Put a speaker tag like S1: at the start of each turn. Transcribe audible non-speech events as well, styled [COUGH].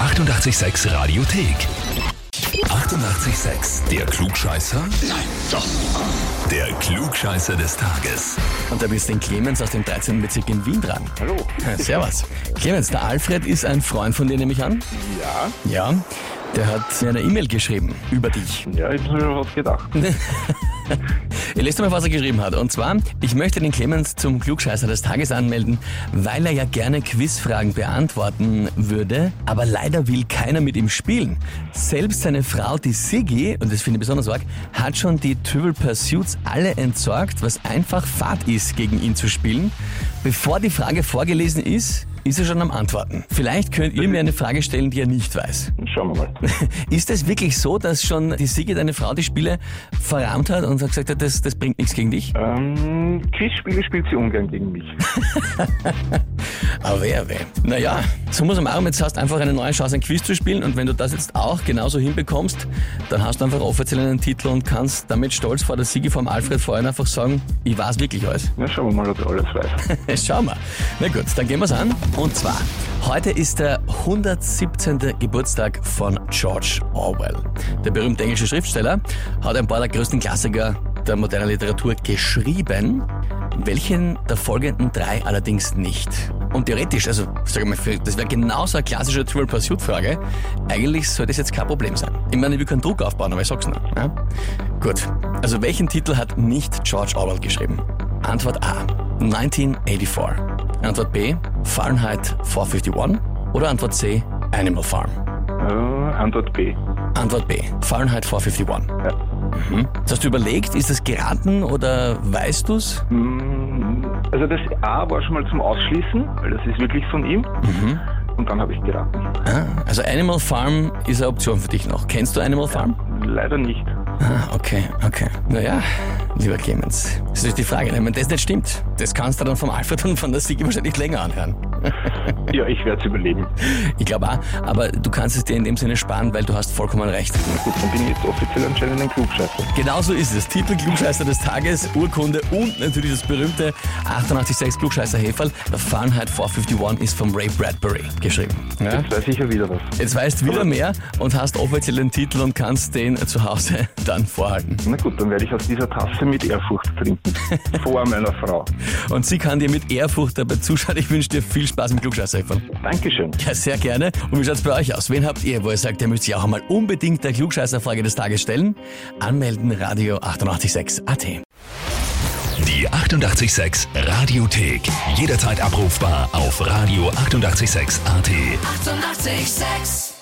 S1: 886 Radiothek. 88,6. Der Klugscheißer? Nein, doch. Der Klugscheißer des Tages.
S2: Und da bist den Clemens aus dem 13. Bezirk in Wien dran.
S3: Hallo.
S2: Servus. Clemens, der Alfred ist ein Freund von dir, nehme ich an?
S3: Ja,
S2: Ja. Der hat mir eine E-Mail geschrieben über dich.
S3: ja, ich habe mir was gedacht.
S2: Ihr lest mal, was er geschrieben hat. Und zwar, ich möchte den Clemens zum Klugscheißer des Tages anmelden, weil er ja gerne Quizfragen beantworten würde, aber leider will keiner mit ihm spielen. Selbst seine Frau, die Siggi, und das finde ich besonders arg, hat schon die Trivial Pursuits alle entsorgt, was einfach Fahrt ist, gegen ihn zu spielen. Bevor die Frage vorgelesen ist, ist er schon am Antworten. Vielleicht könnt ihr mir eine Frage stellen, die er nicht weiß.
S3: Schauen wir mal.
S2: [LAUGHS] Ist es wirklich so, dass schon die Sigrid, eine Frau, die Spiele verrahmt hat und hat gesagt hat, das, das bringt nichts gegen dich?
S3: Ähm, Quizspiele spielt sie ungern gegen mich.
S2: Aber Ah, wer, wer? Naja, so muss man machen. Jetzt hast du einfach eine neue Chance, ein Quiz zu spielen. Und wenn du das jetzt auch genauso hinbekommst, dann hast du einfach offiziell einen Titel und kannst damit stolz vor der Sigi vom Alfred vorhin einfach sagen, ich weiß wirklich alles.
S3: Na, schauen wir mal, ob er alles weiß.
S2: [LAUGHS]
S3: Äh,
S2: Schauen wir. Na gut, dann gehen wir's an. Und zwar, heute ist der 117. Geburtstag von George Orwell. Der berühmte englische Schriftsteller hat ein paar der größten Klassiker der modernen Literatur geschrieben, welchen der folgenden drei allerdings nicht. Und theoretisch, also sag ich mal, für- das wäre genauso eine klassische Trivial Pursuit Frage. Eigentlich sollte es jetzt kein Problem sein. Ich meine, wir können Druck aufbauen, aber ich sag's ne? nur. Ja? Gut, also welchen Titel hat nicht George Orwell geschrieben? Antwort A. 1984. Antwort B. Fahrenheit 451. Oder Antwort C. Animal Farm.
S3: Äh, Antwort B.
S2: Antwort B. Fahrenheit 451.
S3: Ja.
S2: Mhm. Das hast du überlegt, ist das geraten oder weißt du's?
S3: Mm, Also das A war schon mal zum Ausschließen, weil das ist wirklich von ihm. Und dann habe ich geraten.
S2: Ah, Also Animal Farm ist eine Option für dich noch. Kennst du Animal Farm?
S3: Leider nicht.
S2: Ah, okay, okay. Naja, lieber Clemens, das ist die Frage. Wenn das nicht stimmt, das kannst du dann vom Alfred und von der Sigi wahrscheinlich länger anhören.
S3: Ja, ich werde es überleben.
S2: Ich glaube auch, aber du kannst es dir in dem Sinne sparen, weil du hast vollkommen recht.
S3: Gut, dann bin ich jetzt offiziell anscheinend ein Klugscheißer.
S2: Genauso ist es. Titel Klugscheißer des Tages, Urkunde und natürlich das berühmte 886 Klugscheißer Heferl. Der Fahrenheit 451 ist vom Ray Bradbury geschrieben. Ja?
S3: Jetzt weiß ich ja wieder was.
S2: Jetzt weißt du wieder mehr und hast offiziell den Titel und kannst den zu Hause [LAUGHS] dann vorhalten.
S3: Na gut, dann werde ich aus dieser Tasse mit Ehrfurcht trinken. Vor meiner Frau.
S2: Und sie kann dir mit Ehrfurcht dabei zuschauen. Ich wünsche dir viel Spaß mit Klugscheißer Heferl.
S3: Dankeschön.
S2: Ja, sehr gerne. Und wie schaut's bei euch aus? Wen habt ihr, wo ihr sagt, ihr müsst sich auch einmal unbedingt der Klugscheißerfrage des Tages stellen? Anmelden, Radio 886 AT.
S1: Die 88,6 Radiothek. Jederzeit abrufbar auf radio886.at. 88,6.
S4: Eighty-eight, sex.